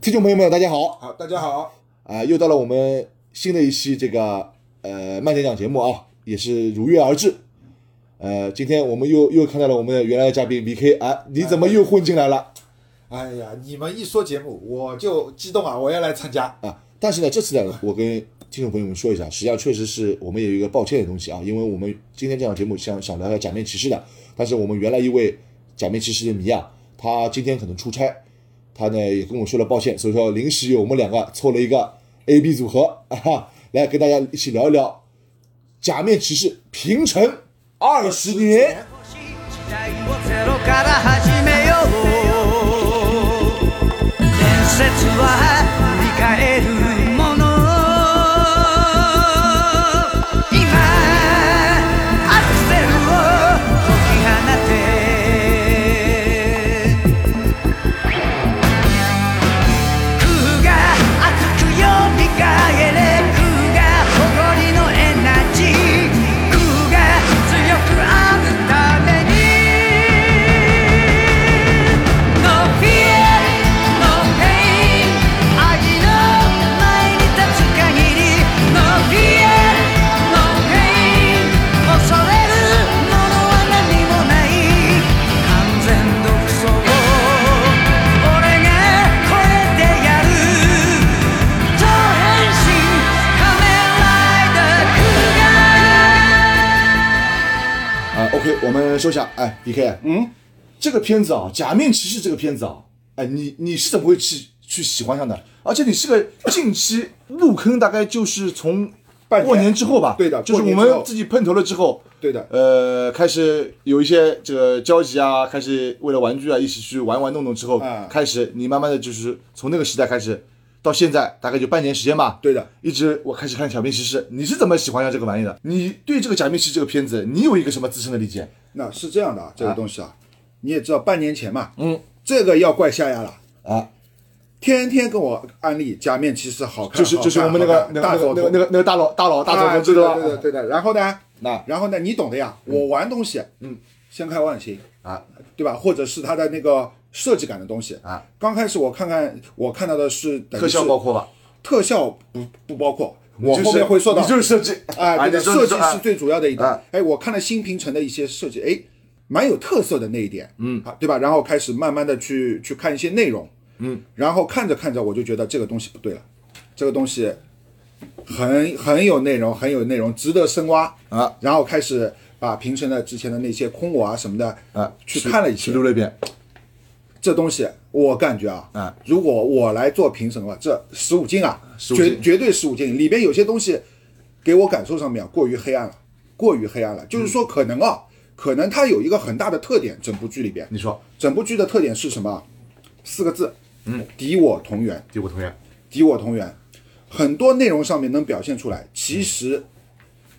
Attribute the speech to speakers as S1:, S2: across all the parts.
S1: 听众朋友们，大家好！
S2: 好，大家好，
S1: 啊、又到了我们新的一期这个呃慢讲讲节目啊，也是如约而至。呃，今天我们又又看到了我们的原来的嘉宾 VK 啊，你怎么又混进来了
S2: 哎呀，你们一说节目，我就激动啊，我要来参加。
S1: 啊？但是呢，这次呢，我跟听众朋友们说一下，实际上确实是我们也有一个抱歉的东西啊，因为我们今天这档节目想想聊聊假面骑士的，但是我们原来一位假面骑士的迷啊，他今天可能出差，他呢也跟我说了抱歉，所以说临时有我们两个凑了一个 A B 组合啊哈，来跟大家一起聊一聊《假面骑士》平成二十年。
S3: 時代をゼロから始めよう伝説は振り返るもの今アクセルを解き放て空が熱くよみがえれ空が誇りのエナジー空が強くあるために No fear, no pain 愛の前に立つ限り No fear, no pain 恐れるものは何もない完全独走俺が越えてやる超変身仮面ライダークーガー
S1: 啊，OK，我们说一下，哎，DK，嗯，这个片子啊，《假面骑士》这个片子啊，哎，你你是怎么会去去喜欢上的？而且你是个近期入坑，大概就是从
S2: 半年
S1: 过年之后吧，
S2: 对的
S1: 就是我
S2: 过年之
S1: 们
S2: 后
S1: 自己碰头了之后，
S2: 对的
S1: 呃，开始有一些这个交集啊，开始为了玩具啊一起去玩玩弄弄之后，
S2: 嗯
S1: 开始你慢慢的就是从那个时代开始。到现在大概就半年时间吧，
S2: 对的，
S1: 一直我开始看《假面骑士》，你是怎么喜欢上这个玩意的？你对这个《假面骑士》这个片子，你有一个什么自身的理解？
S2: 那是这样的啊，这个东西啊，你也知道，半年前嘛，嗯，这个要怪夏亚了，
S1: 啊，
S2: 天天跟我安利《假面骑士》好看，
S1: 就是就是我们那
S2: 好
S1: 个
S2: 看
S1: 那
S2: 大
S1: 个
S2: 头
S1: 那个那个那个大佬大佬大头
S2: 啊
S1: 头，知
S2: 对
S1: 道
S2: 的对的
S1: 吧？
S2: 对的。然后呢，
S1: 那
S2: 然后呢，你懂的呀，我玩东西，嗯，先看外形，
S1: 啊
S2: 对吧？或者是它的那个设计感的东西
S1: 啊。
S2: 刚开始我看看，我看到的是等于
S1: 特效
S2: 是
S1: 包括吧？
S2: 特效不不包括，我
S1: 就是
S2: 后面会说到，
S1: 你就是设计
S2: 啊，
S1: 哎
S2: 对的，
S1: 你说
S2: 设
S1: 你
S2: 计
S1: 说
S2: 是最主要的一
S1: 啊
S2: 点。哎，我看了新平成的一些设计，哎，蛮有特色的那一点，嗯，好，对吧？然后开始慢慢的去去看一些内容，嗯，然后看着看着我就觉得这个东西不对了，这个东西很很有内容，很有内容，值得深挖
S1: 啊。
S2: 然后开始把平成的之前的那些空我啊什么的
S1: 啊，
S2: 去看了一
S1: 去
S2: 些，
S1: 溜了一遍，
S2: 这东西我感觉啊，
S1: 啊
S2: 如果我来做评审的话，这十五进啊，
S1: 15
S2: 绝
S1: 进
S2: 绝对十五进，里边有些东西给我感受上面啊过于黑暗了，过于黑暗了。就是说，可能啊，可能它有一个很大的特点，整部剧里边，
S1: 你说
S2: 整部剧的特点是什么？啊四个字，嗯，敌我同源，
S1: 第五同啊源
S2: 敌我同源。很多内容上面能表现出来，
S1: 嗯
S2: 其实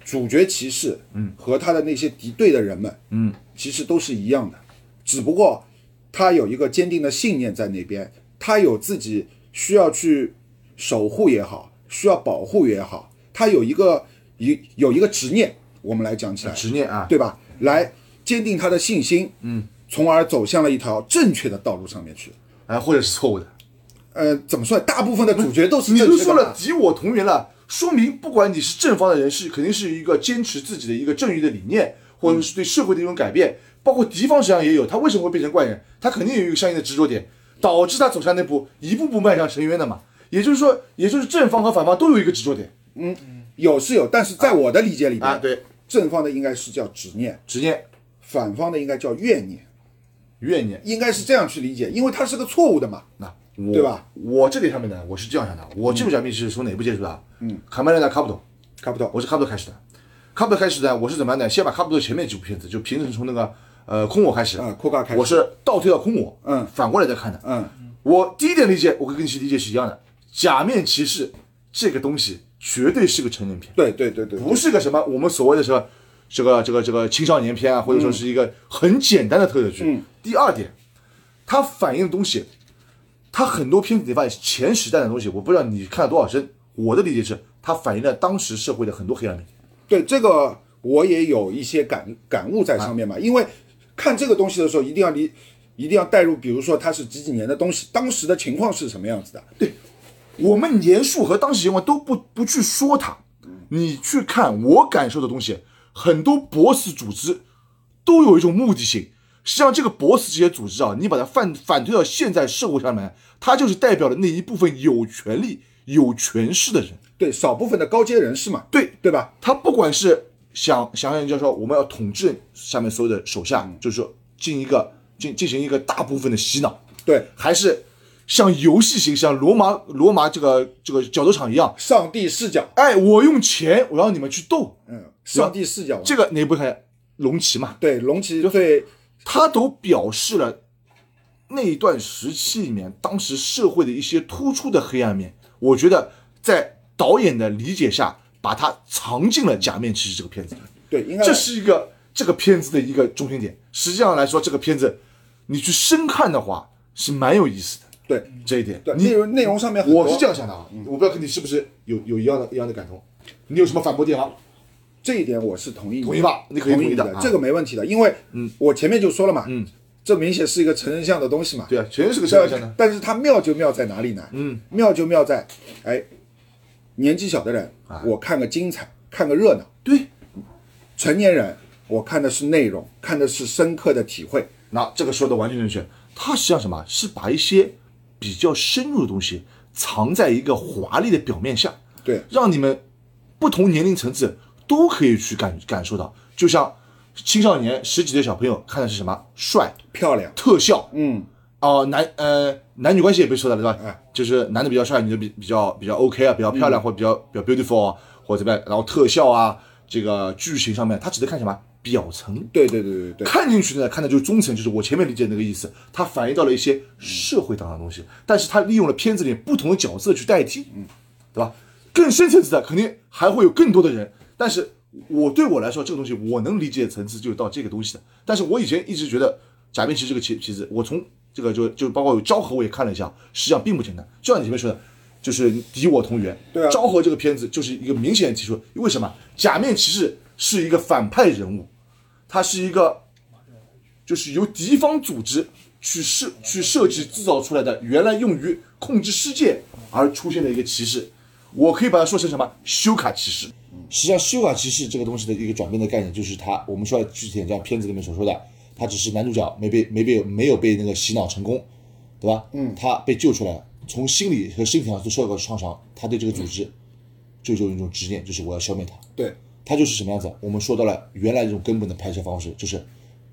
S2: 主角骑士，嗯，和他的那些敌对的人们，嗯，其实都是一样的，只不过他有一个坚定的信念在那边，他有自己需要去守护也好，需要保护也好，他有一个一有一个执念，我们来讲起来，
S1: 执念啊，
S2: 对吧？来坚定他的信心，嗯，从而走向了一条正确的道路上面去。
S1: 哎，或者是错误的。
S2: 呃，怎么说？大部分的主角都是
S1: 你
S2: 正
S1: 都
S2: 确的
S1: 说
S2: 嘛
S1: 了敌我同源了，说明不管你是正方的人，是肯定是一个坚持自己的一个正义的理念，或者是对社会的一种改变。包括敌方实际上也有，他为什么会变成怪人？他肯定有一个相应的执着点，导致他走向那步一步步迈向深渊的嘛。也就是说，也就是正方和反方都有一个执着点，
S2: 有是有，但是在我的理解里边，
S1: 啊对，
S2: 正方的应该是叫执念，
S1: 执念、
S2: 反方的应该叫怨念，
S1: 怨念。
S2: 应该是这样去理解，因为它是个错误的嘛。
S1: 那我
S2: 对吧？
S1: 我这点上面呢，我是这样想的，我这部假面是从哪部接触的？嗯，卡梅拉的卡布多，
S2: 看不懂，
S1: 我是卡布多开始的。卡布多开始呢，我是怎么样呢？先把卡布多前面几部片子，就平时从那个呃空我开始，
S2: 啊库卡开始
S1: 我是倒退到空我，
S2: 嗯
S1: 反过来再看的，
S2: 嗯，
S1: 我第一点理解，我跟你理解是一样的，假面骑士这个东西绝对是个成人片。
S2: 对对对对，
S1: 不是个什么我们所谓的什么这个这个这个青少年片啊，或者说是一个很简单的特色剧。第二点，它反映的东西，它很多片子里发现前时代的东西，我不知道你看了多少帧。我的理解是，它反映了当时社会的很多黑暗面。
S2: 对这个
S1: 啊
S2: 我也有一些感感悟在上面嘛，因为看这个东西的时候一定要理一定要带入，比如说它是几几年的东西，当时的情况是什么样子的。
S1: 我们年数和当时情况都不不去说它，你去看我感受的东西，很多 boss 组织都有一种目的性。实际上，这个 boss 这些组织啊，你把它反反推到现在社会上面，它就是代表了那一部分有权利、有权势的人。
S2: 对，少部分的高阶人士嘛，
S1: 对，
S2: 对吧？
S1: 他不管是想想想就说我们要统治下面所有的手下，就是说进一个进进行一个大部分的洗脑，
S2: 对，
S1: 还是像游戏形式，像罗马罗马这个这个角斗场一样，
S2: 上帝视角，
S1: 哎，我用钱我让你们去斗，
S2: 嗯，上帝视角嘛，
S1: 这个你不看龙骑嘛，
S2: 对龙骑最
S1: 他都表示了那一段时期里面当时社会的一些突出的黑暗面。我觉得在导演的理解下，把它藏进了《假面骑士》这个片子里。
S2: 对，应该
S1: 这是一个这个片子的一个中心点。实际上来说，这个片子你去深看的话是蛮有意思的。
S2: 对
S1: 这一点，
S2: 对
S1: 你
S2: 内容内容上面很多嗯
S4: 我是这样想的啊，我不知道跟你是不是有有一样的一样的感同，你有什么反驳点吗？
S2: 这一点我是同意你的，
S1: 同意吧你可以
S2: 同
S1: 同意的
S2: 的
S1: 啊，嗯
S2: 这个没问题的，因为我前面就说了嘛，嗯，这明显是一个成人向的东西嘛，
S1: 对啊，全是个
S2: 这
S1: 相像的。
S2: 但是它妙就妙在哪里呢？嗯，妙就妙在，哎，年纪小的人，我看个精彩，看个热闹；
S1: 啊对，
S2: 成年人，我看的是内容，看的是深刻的体会。
S1: 那这个说的完全正确。它实际上什么是把一些比较深入的东西藏在一个华丽的表面下，
S2: 对，
S1: 让你们不同年龄层次都可以去感感受到。就像青少年十几岁小朋友看的是什么帅、
S2: 漂亮，
S1: 特效，
S2: 嗯，
S1: 哦、男呃男女关系也被说了对吧？
S2: 哎
S1: 就是男的比较帅，女的比比较比较 OK 啊，比较漂亮、或者比较比较 beautiful 啊或者怎么样，然后特效啊，这个剧情上面，他只能看什么表层。
S2: 对对对对对，
S1: 看进去呢，看的就是中层，就是我前面理解的那个意思，它反映到了一些社会当中的东西，但是它利用了片子里不同的角色去代替，嗯，对吧？更深层次的肯定还会有更多的人，但是我对我来说，这个东西我能理解的层次就到这个东西的。但是我以前一直觉得假面骑士这个棋棋子，我从这个就就包括有昭和我也看了一下，实际上并不简单。就像你前面说的，就是敌我同源。
S2: 对啊
S1: 昭和这个片子就是一个明显的提出，为什么假面骑士是一个反派人物？它是一个就是由敌方组织去设去设计制造出来的，原来用于控制世界而出现的一个骑士，我可以把它说成什么？修卡骑士。
S4: 实际上，修改骑士这个东西的一个转变的概念，就是它我们说具体点，像片子里面所说的，他只是男主角没被没被没有被那个洗脑成功，对吧？嗯，他被救出来了，从心理和身体上都受到了创伤，他对这个组织就有一种执念，就是我要消灭他。
S2: 对
S4: 他就是什么样子？我们说到了原来这种根本的拍摄方式，就是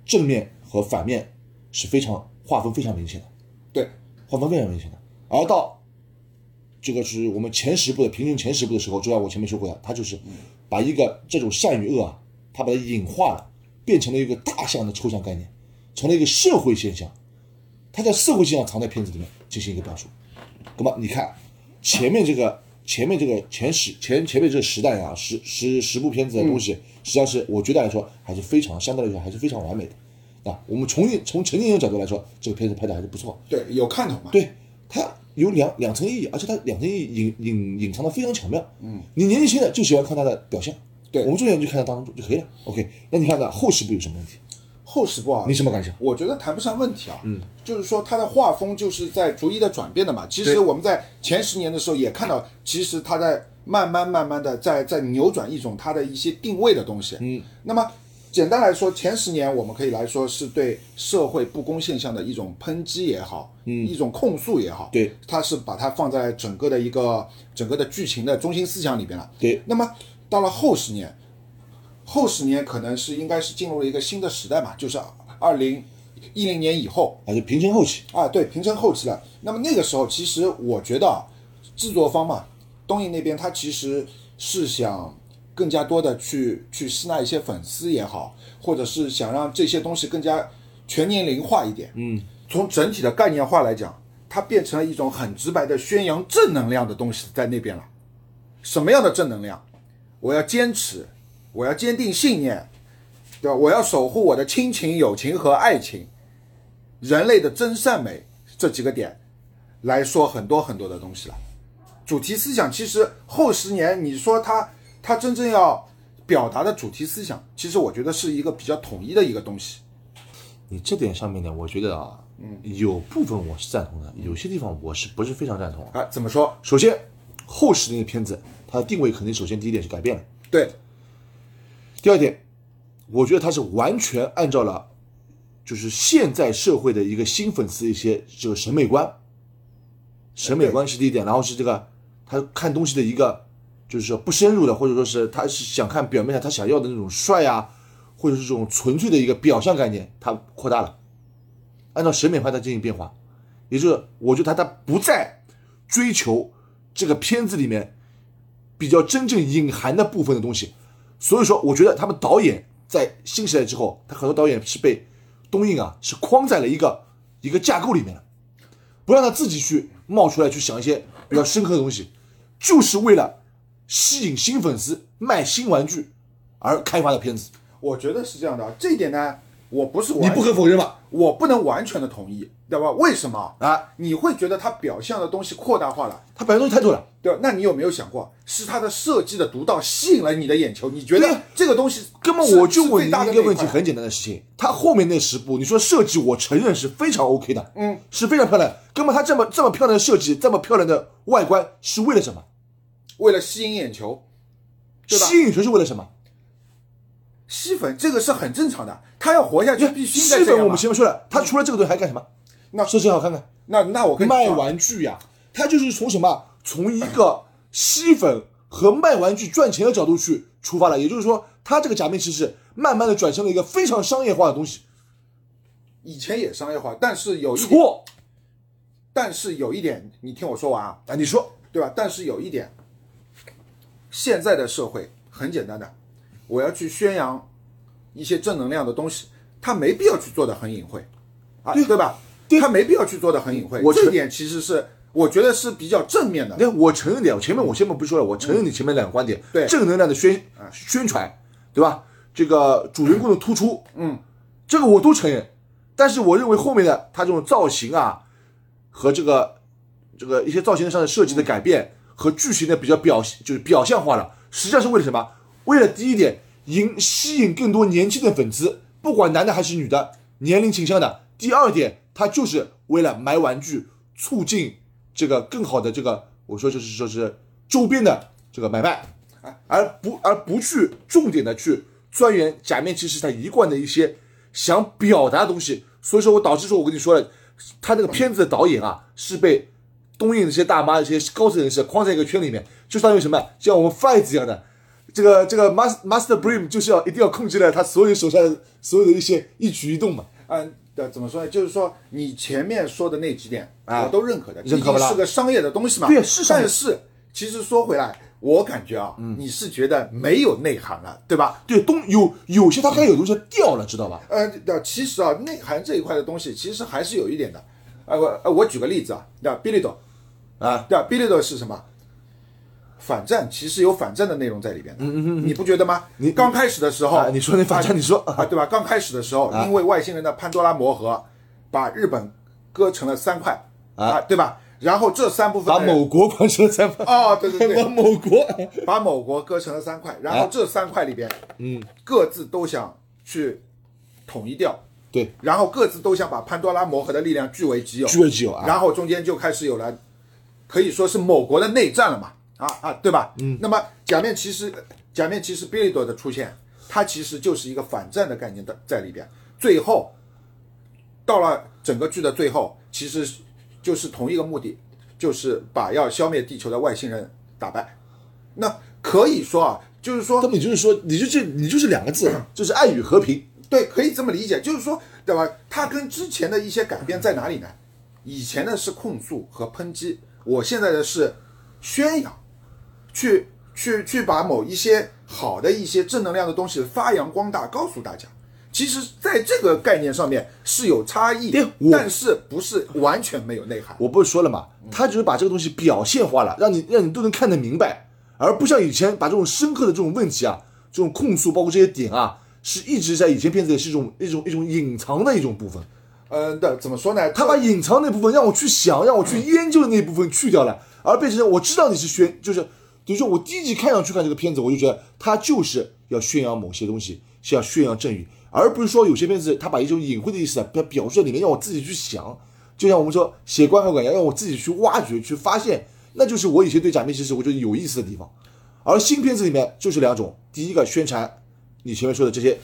S4: 正面和反面是非常划分非常明显的，
S2: 对，
S4: 划分非常明显的。而到这个是我们前十部的平均前十部的时候，就像我前面说过的，他就是把一个这种善与恶啊，他把它引化了，变成了一个大象的抽象概念，成了一个社会现象。他在社会现象藏在片子里面进行一个表述。那么你看前面这个前面这个前十前前面这个时代啊，十十十部片子的东西，实际上是我觉得来说还是非常相对来说还是非常完美的。啊，我们从从成年人角度来说，这个片子拍的还是不错。
S2: 对，有看头嘛？
S4: 对，它有两两层意义，而且它两层意义隐隐隐藏的非常巧妙。嗯，你年纪轻的就喜欢看它的表象，
S2: 对
S4: 我们重点就看它当中就可以了。OK，那你看看后十部有什么问题？
S2: 后十部啊，
S4: 你什么感想？
S2: 我觉得谈不上问题啊，嗯，就是说它的画风就是在逐一的转变的嘛。其实我们在前十年的时候也看到，其实它在慢慢慢慢的在在扭转一种它的一些定位的东西。嗯，那么简单来说，前十年我们可以来说是对社会不公现象的一种抨击也好，嗯，一种控诉也好，
S4: 对，
S2: 它是把它放在整个的一个整个的剧情的中心思想里边了。
S4: 对，
S2: 那么到了后十年，后十年可能是应该是进入了一个新的时代嘛，就是二零一零年以后
S4: 还是平成后期？
S2: 啊，对，平成后期了。那么那个时候，其实我觉得啊制作方嘛，东映那边他其实是想更加多的去去吸纳一些粉丝也好，或者是想让这些东西更加全年龄化一点。嗯，从整体的概念化来讲，它变成了一种很直白的宣扬正能量的东西在那边了。什么样的正能量？我要坚持，我要坚定信念，对吧？我要守护我的亲情、友情和爱情，人类的真善美这几个点来说很多很多的东西了。主题思想其实后十年，你说它它真正要表达的主题思想，其实我觉得是一个比较统一的一个东西。
S4: 你这点上面呢，我觉得啊，
S1: 嗯，有部分我是赞同的，有些地方我是不是非常赞同啊？
S2: 啊，怎么说？
S1: 首先，后十年的片子，它的定位肯定首先第一点是改变了，
S2: 对，
S1: 第二点，我觉得它是完全按照了就是现在社会的一个新粉丝一些这个审美观，审美观是第一点，然后是这个他看东西的一个就是说不深入的，或者说是他是想看表面上他想要的那种帅啊，或者是这种纯粹的一个表象概念，它扩大了，按照审美化它进行变化，也就是我觉得他他不再追求这个片子里面比较真正隐含的部分的东西。所以说，我觉得他们导演在新时代之后，他很多导演是被东映啊是框在了一个一个架构里面的，不让他自己去冒出来去想一些比较深刻的东西，就是为了吸引新粉丝、卖新玩具而开发的片子。
S2: 我觉得是这样的啊。这一点呢，我不是完
S1: 你不可否认吧？
S2: 我不能完全的同意，对吧？为什么？
S1: 啊，
S2: 你会觉得它表象的东西扩大化了，
S1: 他表现东西太多了，
S2: 对吧？那你有没有想过，是它的设计的独到吸引了你的眼球？你觉
S1: 对
S2: 得
S1: 呀
S2: 这个东西
S1: 根本
S2: 是
S1: 我就是问
S2: 最
S1: 你
S2: 大的
S1: 一个
S2: 那
S1: 问题，
S2: 块
S1: 很简单的事情，他后面那十部，你说设计，我承认是非常 OK 的，嗯，是非常漂亮。根本他这么这么漂亮的设计，这么漂亮的外观是为了什么？
S2: 为了吸引眼球，对吧
S1: 吸引球是为了什么？
S2: 吸粉这个是很正常的，他要活下去必须
S1: 基
S2: 在这
S1: 本
S2: 样
S1: 我
S2: 嘛
S1: 们前面说了，他除了这个东西还干什么？
S2: 那
S1: 设计好看看，
S2: 那那我跟你
S1: 卖
S2: 说啊
S1: 玩具呀、他就是从什么？从一个吸粉和卖玩具赚钱的角度去出发了，也就是说，他这个假面骑士慢慢的转向了一个非常商业化的东西。
S2: 以前也商业化，但是有一点，
S1: 错
S2: 但是有一点，你听我说完啊，
S1: 啊，你说
S2: 对吧？但是有一点，现在的社会很简单的，我要去宣扬一些正能量的东西，他没必要去做的很隐晦啊，对吧？他没必要去做的很隐晦，
S1: 我
S2: 这
S1: 承
S2: 一点其实是我觉得是比较正面的
S1: 你。看，哎我承认点，我前面我前面不是说了，我承认你前面两个观点，
S2: 对啊
S1: 正能量的宣宣传，对吧？这个主人公的突出，
S2: 嗯，
S1: 这个我都承认，但是我认为后面的他这种造型啊，和这个这个一些造型上的设计的改变、和剧情的比较表就是表象化了，实际上是为了什么？为了第一点引吸引更多年轻的粉丝，不管男的还是女的，年龄倾向的。第二点，它就是为了买玩具，促进这个更好的这个我说就是说是周边的这个买卖，而不而不去重点的去钻研假面骑士他一贯的一些想表达的东西。所以说我导致说，我跟你说了，他这个片子的导演啊是被东映的这些大妈、这些高层人士框在一个圈里面，就相当于什么，就像我们 Fight 一样的。这个这个 Master Master Bream 就是要一定要控制了他所有手下的所有的一些一举一动嘛，
S2: 嗯，的怎么说呢？就是说你前面说的那几点，我都认可的，
S1: 啊认可不
S2: 毕
S1: 啦
S2: 竟是个商业的东西嘛。
S1: 对是商业嗯
S2: 但是其实说回来，我感觉啊，你是觉得没有内涵了，对吧？
S1: 对，东有有些他该有的东西掉了，知道吧？
S2: 呃，那其实啊，内涵这一块的东西其实还是有一点的。呃，我呃我举个例子啊，那 b i l l i d o
S1: 啊，
S2: 对吧 b i l l i d o 是什么？反战其实有反战的内容在里边
S1: 嗯
S2: 的，你不觉得吗？你刚开始的时候，
S1: 啊你说那反战
S2: 啊
S1: 你说啊
S2: 啊，对吧？刚开始的时候，因为外星人的潘多拉魔盒把日本割成了三块啊，对吧？然后这三部分
S1: 把
S2: 的人
S1: 某国关成三分，
S2: 哦，对对 对，
S1: 把某国
S2: 把某国割成了三块，然
S1: 啊
S2: 后这三块里边，嗯，各自都想去统一掉，
S1: 对，
S2: 然后各自都想把潘多拉魔盒的力量据为己有，
S1: 据为己有啊
S2: 然后中间就开始有了，可以说是某国的内战了嘛，啊啊，对吧？嗯，那么假面骑士，假面骑士比利多的出现，它其实就是一个反战的概念的在里边，最后到了整个剧的最后，其实就是同一个目的，就是把要消灭地球的外星人打败。那可以说啊，就是说
S1: 根本就是说，你就是你就是两个字，就是爱与和平。
S2: 对，可以这么理解，就是说，对吧？它跟之前的一些改变在哪里呢？以前的是控诉和抨击，我现在的是宣扬，去去去把某一些好的一些正能量的东西发扬光大，告诉大家。其实，在这个概念上面是有差异
S1: 对我，
S2: 但是不是完全没有内涵。
S1: 我不是说了嘛，他就是把这个东西表现化了，让你让你都能看得明白，而不像以前把这种深刻的这种问题啊，这种控诉，包括这些点啊，是一直在以前片子里是一种一种一种隐藏的一种部分。
S2: 嗯，的怎么说呢？
S1: 哎他把隐藏那部分让我去想，让我去研究的那部分去掉了，而变成我知道你是宣，就是比如说我第一集看上去看这个片子，我就觉得他就是要宣扬某些东西，是要宣扬正义，而不是说有些片子他把一种隐晦的意思啊，表表述在里面，让我自己去想。就像我们说写观后感一样，让我自己去挖掘、去发现，那就是我以前对假面骑士我觉得有意思的地方。而新片子里面就是两种，第一个宣传你前面说的这些，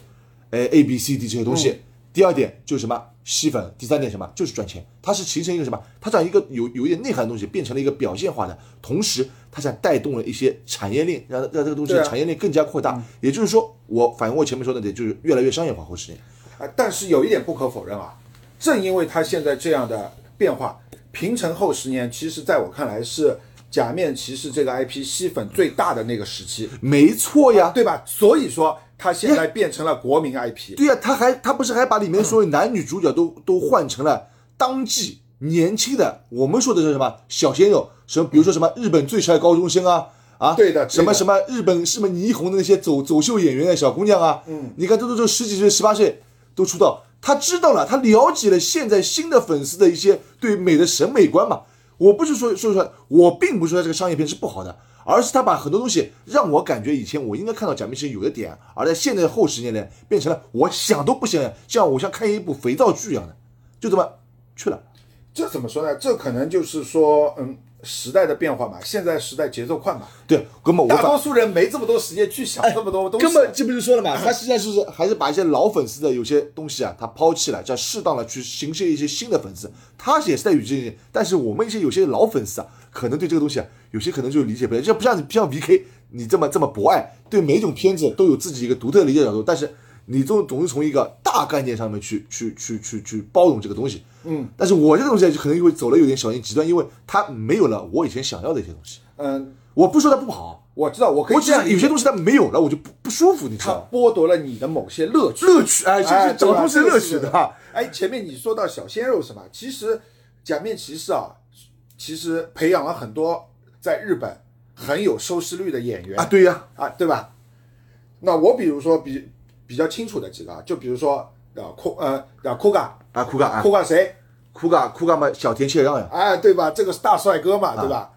S1: 哎 A B C D 这些东西，
S2: 嗯
S1: 第二点就是什么吸粉，第三点什么就是赚钱，它是形成一个什么，它这样一个有有一点内涵的东西变成了一个表现化的，同时它想带动了一些产业链，让让这个东西
S2: 对啊
S1: 产业链更加扩大。也就是说，我反过前面说的点就是越来越商业化后十年，
S2: 啊，但是有一点不可否认啊，正因为它现在这样的变化，平成后十年，其实在我看来是《假面骑士》这个 IP 吸粉最大的那个时期，
S1: 没错呀，
S2: 啊对吧？所以说它现在变成了国民 IP。
S1: 对呀、他还他不是还把里面所有男女主角都都换成了当季年轻的，我们说的是什么小鲜肉，什么比如说什么日本最帅高中生啊啊，
S2: 对的对的
S1: 什么什么日本什么霓虹的那些走走秀演员的小姑娘啊，嗯，你看都都都十几岁十八岁都出道，他知道了，他了解了现在新的粉丝的一些对美的审美观嘛。我不是说说出来，我并不是说这个商业片是不好的，而是他把很多东西让我感觉以前我应该看到假面骑士有的点，而在现在后十年来变成了我想都不想，像我像看一部肥皂剧一样的，就这么去了。
S2: 这怎么说呢？这可能就是说，嗯，时代的变化嘛，现在时代节奏快嘛，
S1: 对，根本我
S2: 大
S1: 反
S2: 多数人没这么多时间去想这么多东西。啊
S1: 根本这不是说了嘛，他实际上是还是把一些老粉丝的有些东西啊，他抛弃了，这样适当的去形成一些新的粉丝，他也是在与之竞争。但是我们一些有些老粉丝啊，可能对这个东西啊，有些可能就理解不了，就不像你不像 VK 你这么这么博爱，对每种片子都有自己一个独特的理解角度，但是你总总是从一个大概念上面去去去去去包容这个东西。嗯，但是我这个东西就可能就会走了有点小心极端，因为它没有了我以前想要的一些东西。
S2: 嗯，
S1: 我不说它不好，
S2: 我知道，我可以
S1: 我只
S2: 这样
S1: 是
S2: 理
S1: 有些
S2: 解，
S1: 东西它没有了，我就不不舒服，你知
S2: 它
S1: 道吗？
S2: 剥夺了你的某些乐趣。
S1: 乐趣，哎，这
S2: 哎
S1: 是找东西的乐趣的吧？。
S2: 这个是哎，前面你说到小鲜肉是吧？其实假面骑士啊，其实培养了很多在日本很有收视率的演员
S1: 啊，对呀、
S2: 啊对吧？那我比如说比比较清楚的几个，啊，就比如说啊库呃啊库嘎
S1: 啊，酷嘎啊
S2: 库，嘎谁
S1: 酷嘎酷嘎嘛，小田切让呀，
S2: 哎对吧？这个是大帅哥嘛对吧？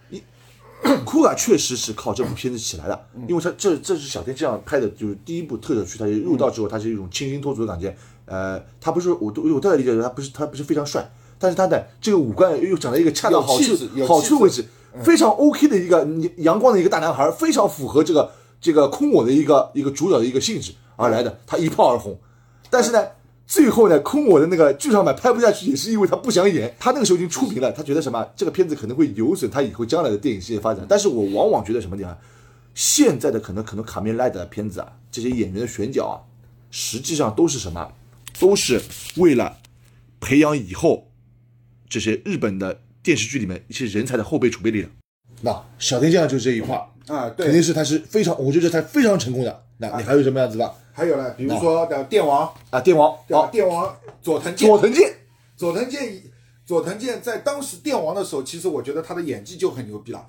S1: 酷嘎确实是靠这部片子起来的，因为他这这是小田切让拍的，就是第一部特摄区，他入道之后，他是一种清新脱俗的感觉。呃，他不是我都我大概理解，他不是他不是非常帅，但是他的这个五官又长在一个恰到好
S2: 有
S1: 处
S2: 气质有
S1: 好
S2: 气
S1: 处
S2: 质
S1: 位置，非常 OK 的一个阳光的一个大男孩，非常符合这个这个空我的一个一个主角的一个性质而来的，他一炮而红。但是呢，最后呢，空我的那个剧场版拍不下去，也是因为他不想演。他那个时候已经出名了，他觉得什么这个片子可能会有损他以后将来的电影事业发展。但是我往往觉得什么点啊，现在的可能可能卡梅莱德的片子啊，这些演员的选角啊，实际上都是什么，都是为了培养以后这些日本的电视剧里面一些人才的后备储备力量。那小天将就是这一块儿，
S2: 啊
S1: 肯定
S2: 对，
S1: 是他是非常，我觉得他非常成功的。那你还有什么样子吧？
S2: 还有呢，比如说的电王
S1: 啊，电王，
S2: 对吧？
S1: 好，
S2: 电王佐藤健
S1: 佐藤健，
S2: 佐藤健，佐藤健在当时电王的时候，其实我觉得他的演技就很牛逼了，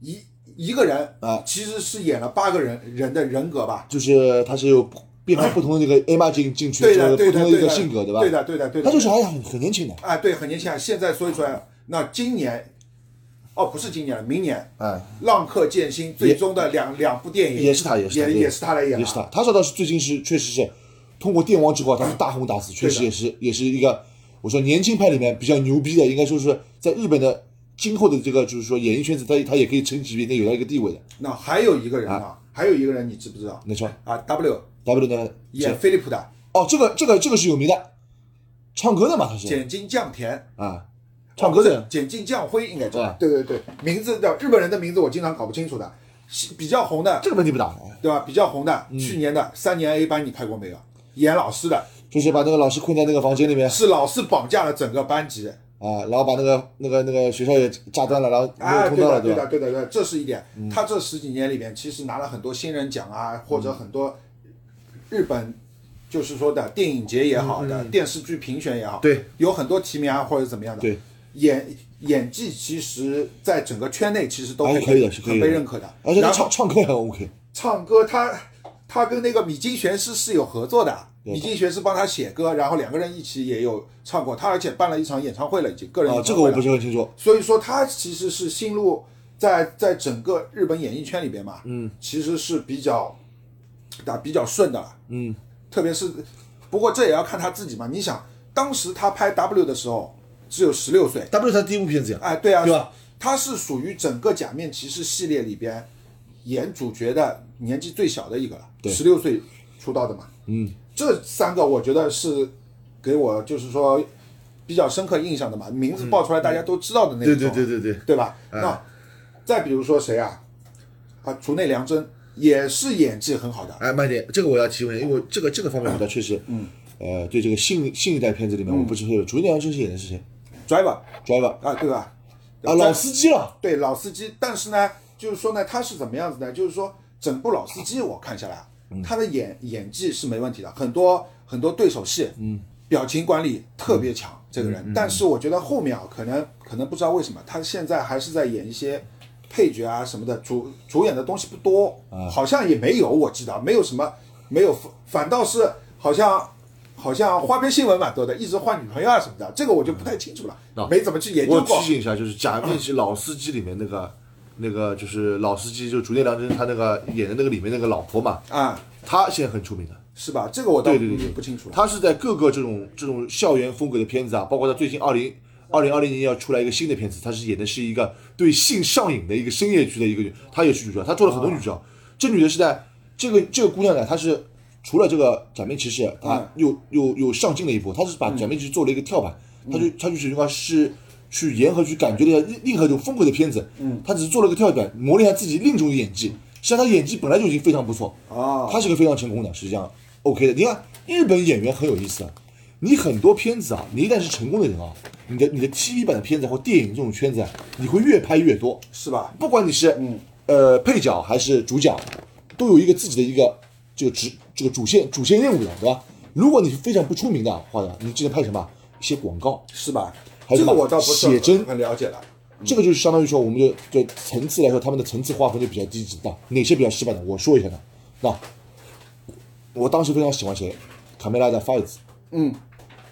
S2: 一一个人
S1: 啊
S2: 其实是演了八个人人的人格吧。
S1: 就是他是有变化不同的这个 A 妈进进去
S2: 对
S1: 之
S2: 的，
S1: 后不
S2: 对的，
S1: 同的
S2: 对
S1: 一
S2: 的，
S1: 个性格，对吧？
S2: 对的，对的，对的。
S1: 他就是还很很年轻的，
S2: 哎，对，很年轻啊。现在所以说，那今年，哦，不是今年了，明年，
S1: 哎，
S2: 浪客剑心最终的两两部电影
S1: 也是他，也是他，
S2: 也
S1: 对
S2: 是他来演，啊
S1: 也是他。。他说倒是最近是确实是通过电王之后，啊他是大红大紫，确实也是也是一个我说年轻派里面比较牛逼的，应该说是在日本的今后的这个就是说演艺圈子，他他也可以撑起应该有到一个地位的。
S2: 那还有一个人啊，还有一个人，你知不知道？
S1: 你说
S2: 啊，W
S1: W 呢？
S2: 演菲利普的
S1: 哦，这个这个这个是有名的，唱歌的嘛，他是
S2: 简津降田，
S1: 啊，唱歌的。
S2: 简进将辉应该叫
S1: 啊
S2: 对对对，名字叫日本人的名字我经常搞不清楚的，是比较红的
S1: 这个问题不大，
S2: 对吧？比较红的，
S1: 嗯
S2: 去年的三年 A 班你看过没有？演老师的
S1: 就是把那个老师困在那个房间里面
S2: 是老师绑架了整个班级
S1: 啊，然后把那个那个那个学校也炸断了，然后没
S2: 啊，
S1: 有通
S2: 对
S1: 道了，
S2: 的对
S1: 吧嗯
S2: 的？对的对的，这是一点。他这十几年里面其实拿了很多新人奖啊，或者很多日本就是说的电影节也好的电视剧评选也好，
S1: 嗯对，
S2: 有很多提名啊或者怎么样的，
S1: 对，
S2: 演演技其实在整个圈内其实都
S1: 还
S2: 很
S1: 是可以的是可以
S2: 很
S1: 的
S2: 被认可的，
S1: 而且他
S2: 然后
S1: 唱唱歌也很 OK，
S2: 唱歌他，他跟那个米津玄师是有合作的，米津玄师帮他写歌，然后两个人一起也有唱过，他而且办了一场演唱会了，已经个人
S1: 啊，
S2: 演
S1: 这
S2: 唱
S1: 个
S2: 会
S1: 我
S2: 了。
S1: 不是很清楚。
S2: 所以说他其实是心路在在整个日本演艺圈里边嘛，嗯，其实是比较啊比较顺的了，嗯，特别是不过这也要看他自己嘛。你想，当时他拍 W 的时候只有十六岁，
S1: W 他第一部片子呀，
S2: 哎，对啊，
S1: 对吧？
S2: 他是属于整个假面骑士系列里边演主角的年纪最小的一个了，十六岁出道的嘛。嗯，这三个我觉得是给我就是说比较深刻印象的嘛，名字报出来大家都知道的那种，
S1: 对嗯对对对哎对，
S2: 对吧？那再比如说谁啊？啊，竹内良真也是演技很好的，
S1: 哎，慢点，这个我要提问，因为这个这个方面我倒确实，嗯，呃，对这个新新一代片子里面
S2: 嗯
S1: 我不是特别，主演良真是演的是谁
S2: Driver
S1: ？Driver
S2: 啊，对吧？
S1: 啊，老司机了，
S2: 对老司机，但是呢，就是说呢，他是怎么样子呢？就是说，整部老司机我看下来啊，他的演演技是没问题的，很多很多对手戏，嗯，表情管理特别强，这个人。但是我觉得后面啊，可能可能不知道为什么，他现在还是在演一些配角啊什么的，主主演的东西不多，好像也没有，我记得没有什么，没有，反倒是好像。好像花边新闻蛮多的，一直换女朋友啊什么的，这个我就不太清楚了，没怎么去研究
S5: 我
S2: 过。
S5: 提醒一下，就是《假面骑老司机》里面那个那个就是老司机，就竹内良真他那个演的那个里面那个老婆嘛，
S2: 啊，
S5: 她现在很出名的。
S2: 是吧？这个我倒
S5: 对对对
S2: 不清楚了。
S5: 他是在各个这种这种校园风格的片子啊，包括他最近二零二零二零年要出来一个新的片子，他是演的是一个对性上瘾的一个深夜剧的一个女，他也是女主角，他做了很多女主角。这女的是在这个这个姑娘呢，她是除了这个假面骑士，她又、又又上进了一步，她是把假面骑士做了一个跳板，她就她就是应该是。去迎合去感觉了一下另另一种风格的片子，嗯，她只是做了个跳板，磨练一下自己另一种演技。实际上，她演技本来就已经非常不错，
S2: 哦
S1: 他是个非常成功的，实际上 OK 的。你看日本演员很有意思啊，你很多片子啊，你一旦是成功的人啊，你的你的 TV 版的片子或电影这种圈子，啊，你会越拍越多，
S2: 是吧？
S1: 不管你是、呃配角还是主角，都有一个自己的一个这个职这个主线主线任务的，对吧？如果你是非常不出名的话呢，你只能拍什么一些广告，
S2: 是吧？
S1: 还有
S2: 这
S1: 什
S2: 个
S1: 么
S2: 我倒不是
S1: 写真
S2: 很很了解了。
S1: 这个就是相当于说，我们就就层次来说，他们的层次划分就比较低级的。哪些比较失败的，我说一下呢。那我当时非常喜欢谁，卡梅拉的 Fights，
S2: 嗯，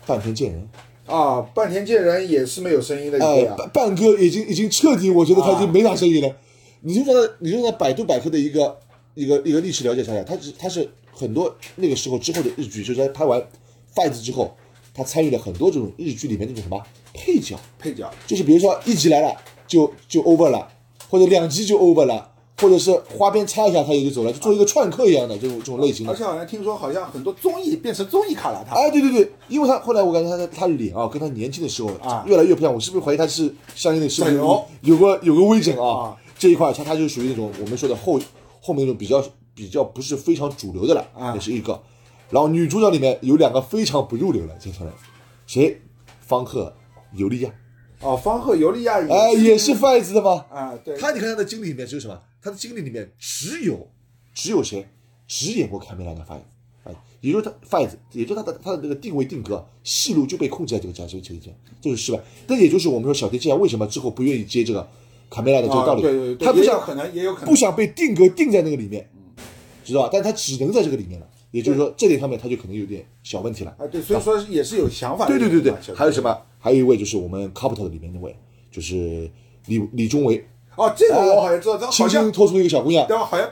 S1: 半田健人，
S2: 啊，半田健人也是没有声音的一
S1: 哎
S2: 个，呀。
S1: 半
S2: 啊
S1: 半哥已经已经彻底，我觉得他已经没啥生意了。你就在那你就在百度百科的一个一个一个历史了解下来，他只他是很多那个时候之后的日剧，就是在拍完 Fights 之后，他参与了很多这种日剧里面那种什么配角，
S2: 配角
S1: 就是比如说一集来了就就 over 了，或者两集就 over 了，或者是花边插一下他也就走了，就做一个串客一样的这种这种类型
S2: 而
S1: 的。
S2: 且好像听说，好像很多综艺变成综艺咖了。他
S1: 哎，对对对，因为他后来我感觉他的他脸啊，跟他年轻的时候
S2: 啊
S1: 越来越不像，我是不是怀疑他是相应的是不是
S2: 整容
S1: 有个有个微整
S2: 哦啊
S1: 啊？这一块他他就属于那种我们说的后后面那种比较比较不是非常主流的了，
S2: 啊
S1: 也是一个。然后女主角里面有两个非常不入流的，经常人，谁？方克、尤利亚，
S2: 哦，方鹤尤利亚也
S1: 哎，也是贩子的吗？
S2: 啊，对，
S1: 他你看他的经历里面只有什么？他的经历里面只有只有谁？只演过卡梅拉的 Five，哎，也就是他 Five，也就是他的他的那个定位定格戏路就被控制在这个角色这个这个这就是失败。那也就是我们说小田切让为什么之后不愿意接这个卡梅拉的这个道理，
S2: 啊对对对
S1: 他不
S2: 也有
S1: 想
S2: 可能也有可能
S1: 不想被定格定在那个里面，知道吧？但他只能在这个里面了，也就是说这点上面他就可能有点小问题了。
S2: 啊，对，所以说也是有想法的。
S1: 对对对对，还有什
S2: 么？
S1: 么？还有一位就是我们 Capital 里面那位，就是李李宗维，
S2: 哦，这
S1: 啊
S2: 个我好像知道，他好
S1: 轻轻
S2: 像，
S1: 拖出一个小姑娘，
S2: 对吧？好像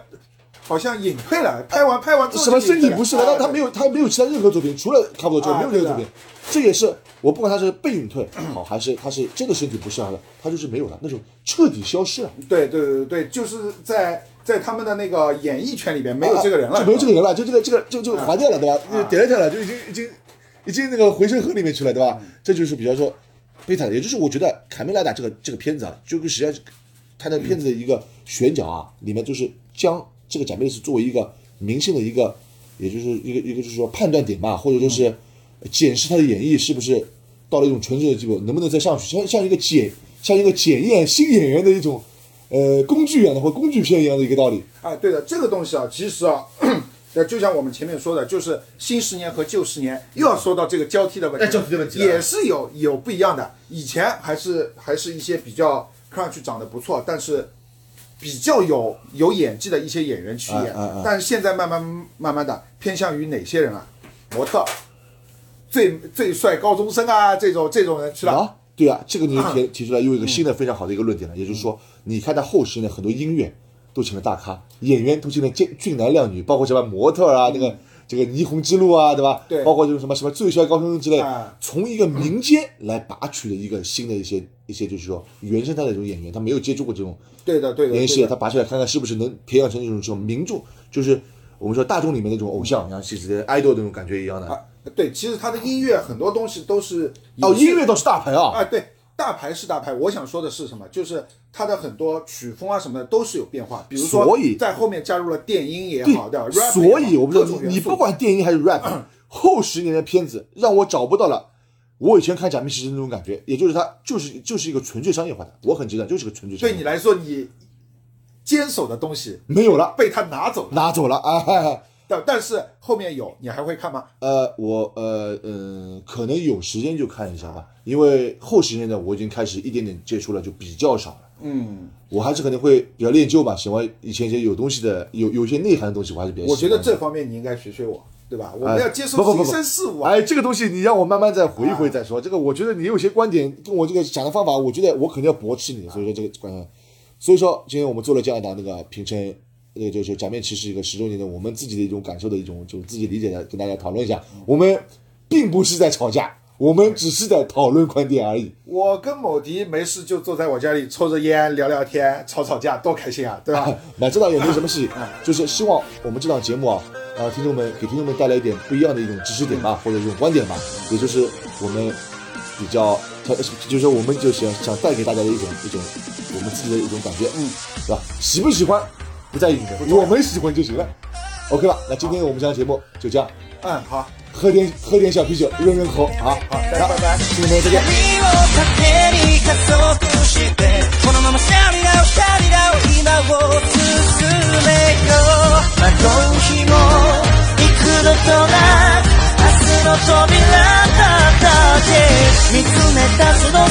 S2: 好像隐退了，拍完拍完之后
S1: 什么
S2: 就
S1: 身
S2: 隐退
S1: 体
S2: 了
S1: 不适了？
S2: 啊
S1: 但他没有，他没有其他任何作品，除了《卡布多之
S2: 啊
S1: 外，没有任何作品
S2: 对的。
S1: 这也是我不管他是被隐退好，还是他是真的身体不适了，他就是没有了，那种彻底消失了，
S2: 对对对对对，就是在在他们的那个演艺圈里边没有这个人了，啊
S1: 就没啊有这个人了，就这个这个就就还掉了，对吧？就点了点了，就已经已经已经那个回收盒里面去了，对
S2: 嗯
S1: 吧？这就是比较说悲惨的，也就是我觉得《卡梅拉达》这个这个片子啊，就跟实际上是他的片子的一个选角啊，里面就是将这个假面骑士作为一个明星的一个，也就是一个一个就是说判断点
S2: 嗯
S1: 吧，或者说是检视他的演绎是不是到了一种呃纯正的地步，能不能再上去，像像一个检像一个检验新演员的一种呃工具一样的或工具片一样的一个道理。
S2: 哎，对的，这个东西啊，其实啊， 呃，就像我们前面说的，就是新十年和旧十年又要说到这个交替的问题，
S5: 哎交替的问题了
S2: 也是有有不一样的。以前还是还是一些比较看上去长得不错，但是比较有有演技的一些演员去演，
S1: 哎哎哎
S2: 但是现在慢慢慢慢的偏向于哪些人啊？模特、最最帅高中生啊，这种这种人去了。
S1: 啊，对啊，这个
S2: 嗯
S1: 你就提提出来又一个新的非常好的一个论点了，也就是说，你看到后世呢，很多音乐都成了大咖，演员都成了俊俊男靓女，包括什么模特啊，那个这个霓虹之路啊，对吧？
S2: 嗯对
S1: 包括这种什么什么最帅高中生之类
S2: 啊，
S1: 从一个民间来拔取的一个新的一些一些，就是说原生态的这种演员，他没有接触过这种
S2: 对的，对的，
S1: 联
S2: 对
S1: 系
S2: 的
S1: 了，他拔出来看看是不是能培养成这种这种民众，就是我们说大众里面那种偶像，像其实 idol 那种感觉一样的。
S2: 啊，对，其实他的音乐很多东西都是
S1: 哦，
S2: 影视
S1: 音乐倒是大牌啊，
S2: 啊，对，大牌是大牌。我想说的是什么？就是它的很多曲风啊什么的都是有变化，比如说
S1: 所以
S2: 在后面加入了电音也好，对吧
S1: 对，
S2: ？rap
S1: 所
S2: 也
S1: 以
S2: 好
S1: 我不知道
S2: 各种
S1: 你
S2: 元
S1: 你
S2: 素
S1: 不管电音还是 rap，后十年的片子让我找不到了。我以前看《假面骑士》那种感觉，也就是它就是就是一个纯粹商业化的，我很直白，就是个纯粹商
S2: 对
S1: 业
S2: 你
S1: 化。
S2: 来说，你坚守的东西
S1: 没有了，
S2: 被他拿走了，
S1: 拿走了啊、哎
S2: 但但是后面有，你还会看吗？
S1: 呃，我呃嗯、可能有时间就看一下吧，因为后十年的我已经开始一点点接触了，就比较少了。
S2: 嗯，
S1: 我还是可能会比较恋旧吧，喜欢以前一些有东西的、有有一些内涵的东西，我还是比较喜
S2: 我
S1: 欢
S2: 觉
S1: 的。
S2: 得这方面你应该学学我，对吧？我
S1: 哎
S2: 们要接受
S1: 不不不
S2: 新
S1: 不
S2: 生事物啊。
S1: 哎，这个东西你让我慢慢再回一回再说。这个我觉得你有些观点跟我这个讲的方法，我觉得我肯定要驳斥你，所以说这个观点。所以说今天我们做了这样一档那个平成，那个就是假面骑士一个十周年的我们自己的一种感受的一种，就自己理解的跟大家讨论一下。我们并不是在吵架，我们只是在讨论观点而已。
S2: 我跟某迪没事就坐在我家里抽着烟聊聊天，吵吵架，多开心啊，对吧？
S1: 那这档也没什么事情，就是希望我们这档节目啊，呃，听众们给听众们带来一点不一样的一种知识点吧，或者一种观点吧，也就是我们比较，呃就是我们就是想带给大家的一种一种我们自己的一种感觉，嗯，是吧？喜不喜欢不在意你们，我们喜欢就行了，OK 吧？那今天我们这档节目就这样，
S2: 嗯，好，
S1: 喝点喝点小啤酒润润口啊，
S2: 好，大家拜拜。
S1: 听众们再见。
S6: 髪を縦に加速してこのままシャリラをシャリラを今を進めよう迷う日も幾度となく明日の扉叩け見つめたその